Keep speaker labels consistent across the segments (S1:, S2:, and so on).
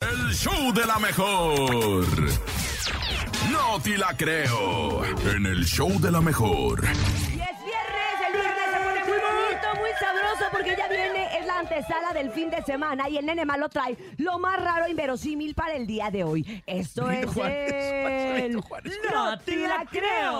S1: el show de la mejor. No te la creo. En el show de la mejor.
S2: Y es viernes, el viernes se pone muy bonito, muy sabroso, porque ya viene, es la antesala del fin de semana y el nene malo trae lo más raro e inverosímil para el día de hoy. Esto
S3: Benito
S2: es
S3: Juárez,
S2: el...
S3: Benito Juárez.
S2: ¡No te la creo!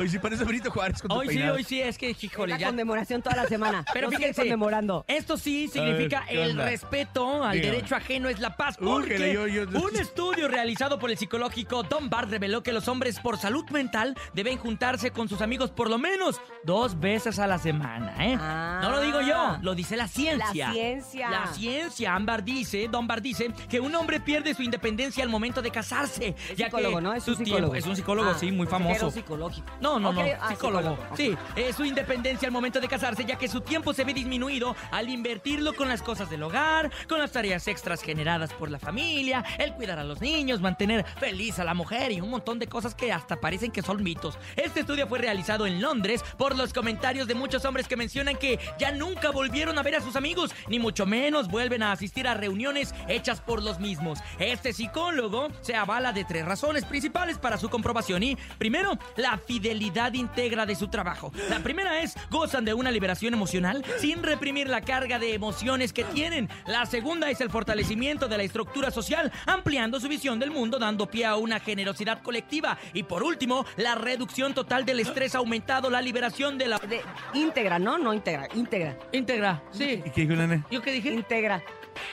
S3: Hoy sí parece Benito Juárez con tu
S4: Hoy sí,
S3: peinado.
S4: hoy sí, es que, híjole,
S2: La
S4: ya.
S2: conmemoración toda la semana.
S4: Pero
S2: Nos sigue
S4: fíjense, eh,
S2: conmemorando.
S4: esto sí significa
S3: ¿qué
S4: el
S3: onda?
S4: respeto al
S3: Dígame.
S4: derecho ajeno es la paz.
S3: Újele,
S4: Porque
S3: yo- yo-
S4: un estudio realizado por el psicológico Don Bart reveló que los hombres por salud mental deben juntarse con sus amigos por lo menos dos veces a la semana. ¿eh?
S2: Ah.
S4: no lo digo yo, lo dice la ciencia.
S2: La ciencia.
S4: La ciencia. Ámbar dice, Don Bart dice que un hombre pierde su independencia al momento de casarse.
S2: Es
S4: ya
S2: psicólogo,
S4: que
S2: ¿no? Es un
S4: su
S2: psicólogo.
S4: tiempo- es un psicólogo,
S2: Ah,
S4: sí, muy
S2: pensé que era
S4: famoso.
S2: un psicológico.
S4: No, no,
S2: Ok,
S4: no.
S2: ah,
S4: psicólogo.
S2: ok.
S4: Sí, es su independencia al momento de casarse, ya que su tiempo se ve disminuido al invertirlo con las cosas del hogar, con las tareas extras generadas por la familia, el cuidar a los niños, mantener feliz a la mujer y un montón de cosas que hasta parecen que son mitos. Este estudio fue realizado en Londres por los comentarios de muchos hombres que mencionan que ya nunca volvieron a ver a sus amigos, ni mucho menos vuelven a asistir a reuniones hechas por los mismos. Este psicólogo se avala de tres razones principales para su comprobación y, primero, la fidelidad íntegra de su trabajo. La primera es, gozan de una liberación emocional sin reprimir la carga de emociones que tienen. La segunda es el fortalecimiento de la estructura social, ampliando su visión del mundo, dando pie a una generosidad colectiva. Y por último, la reducción total del estrés aumentado, la liberación de la...
S2: De- íntegra, ¿no? No íntegra, íntegra.
S4: Íntegra, sí.
S3: ¿Y qué dijo el nene?
S4: ¿Yo qué dije?
S2: Integra.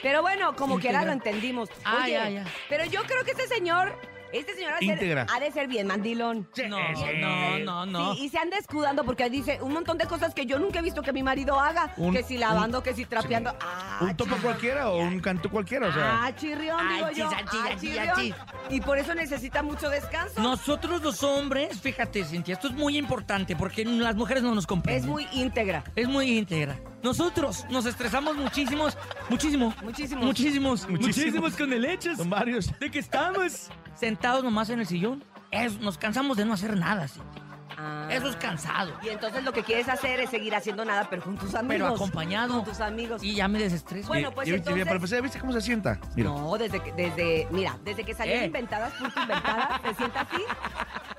S2: Pero bueno, como
S4: Integra.
S2: quiera lo entendimos.
S4: Ah,
S2: Oye,
S4: ya, ya.
S2: Pero yo creo que este señor, este señor ha de ser-
S3: Integra.
S2: ha de ser bien mandilón.
S4: No, no, no, no.
S2: Sí, y se anda escudando porque dice un montón de cosas que yo nunca he visto que mi marido haga.
S3: Un-
S2: que si lavando, que si trapeando. Ah,
S3: ¿Un topo
S2: chis-
S3: cualquiera o un canto cualquiera? O sea,
S2: ah, chirrión,
S4: Ay,
S2: digo yo.
S4: chis, ah, chis,
S2: ah,
S4: ah, chis,
S2: chirrión.
S4: ah, chis.
S2: Y por eso necesita mucho descanso.
S4: Nosotros los hombres, fíjate, Cintia, esto es muy importante porque las mujeres no nos comprenden.
S2: Es muy íntegra.
S4: es muy íntegra. Nosotros nos estresamos muchísimos, muchísimo,
S2: Muchísimos.
S4: muchísimos, muchísimos con el hecho
S3: son varios.
S4: de que estamos sentados nomás en el sillón. Es- nos cansamos de no hacer nada, Cintia.
S2: Ah.
S4: Eso es cansado.
S2: Y entonces lo que quieres hacer es seguir haciendo nada, pero con tus amigos.
S4: Pero acompañado.
S2: Con tus amigos.
S4: Y ya me desestreso.
S2: Bueno, pues
S3: Y- y- y-
S2: entonces-
S3: Pero pues, ya ¿viste cómo se sienta? Mira.
S2: No, desde que, desde, mira, desde que salieron
S4: Eh.
S2: inventadas, punto inventadas, se sienta así.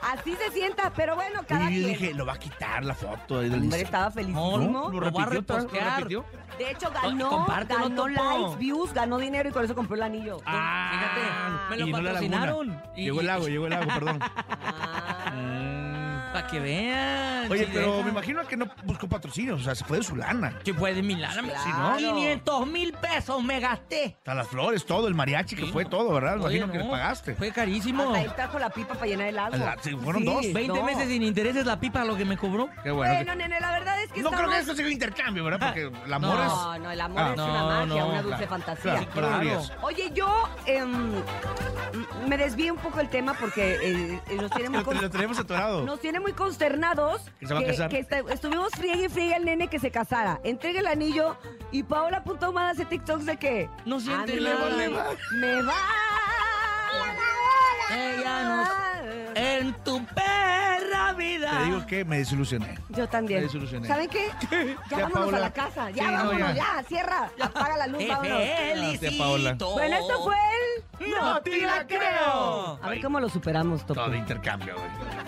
S2: Así se sienta, pero bueno, cada
S3: y yo
S2: quien.
S3: dije, lo va a quitar la foto. ahí del
S2: Hombre,
S3: Instagram.
S2: estaba
S4: No,
S2: felicísimo.
S4: lo voy a
S3: repitió, ¿lo
S4: repostear.
S3: repitió?
S2: De hecho, ganó,
S4: compártelo,
S2: ganó
S4: Topo.
S2: likes, views, ganó dinero y con eso compró el anillo.
S4: Ah, fíjate, me
S3: y
S4: lo
S3: no la laguna.
S4: patrocinaron. Y-
S3: Llegó el lago, llegó el lago, perdón.
S2: Ah.
S4: Para que vean.
S3: Oye,
S4: sí,
S3: pero
S4: deja.
S3: me imagino que no buscó patrocinios, o sea, se fue de su lana.
S4: Que fue de mil lana,
S2: Sí,
S4: ¿no?
S2: ¿no?
S4: 500 mil pesos me gasté.
S3: Hasta las flores, todo, el mariachi, que
S4: Sí,
S3: fue
S4: no.
S3: todo, ¿verdad? Me
S4: Oye,
S3: imagino que
S4: no,
S3: le pagaste.
S4: Fue carísimo.
S2: Hasta él trajo la pipa para llenar el agua.
S3: Ala, Ah, sí, fueron dos.
S4: 20 meses sin intereses la pipa lo que me cobró.
S3: Qué bueno.
S2: Bueno, nene, la verdad es
S3: que-
S2: que
S3: No creo
S2: estamos-
S3: que eso sea un intercambio, ¿verdad? Porque el amor es...
S2: No, no, el amor
S3: Ah,
S2: es
S4: no,
S2: una magia,
S4: no,
S2: una dulce
S3: claro,
S2: fantasía.
S3: claro, claro.
S4: Claro.
S2: Oye, yo em, m- me desvié un poco el tema porque eh, eh, nos tiene muy
S3: Lo,
S2: con-
S3: lo tenemos atorado.
S2: Nos tiene muy consternados
S3: Que se va a casar.
S2: que esta- estuvimos friegue y friegue al nene que se casara. Entrega el anillo y Paola punto más hace TikToks de que
S4: No siente
S2: a mí
S4: nada.
S2: Me va. Me va.
S4: Ella nos-
S2: Eh,
S4: En tu perra vida.
S3: Te digo que me desilusioné.
S2: Yo también.
S3: Me desilusioné.
S2: ¿Saben qué? Ya,
S3: Ya,
S2: vámonos
S3: Paola.
S2: a la casa. Ya
S3: Sí, no,
S2: vámonos,
S3: ya.
S2: ya. Cierra. Apaga la luz,
S4: Te
S2: vámonos.
S4: felicito.
S3: Gracias, Paola.
S2: Bueno, esto fue el...
S4: No te la creo.
S2: A ver cómo lo superamos, Topo.
S3: Todo de intercambio, güey.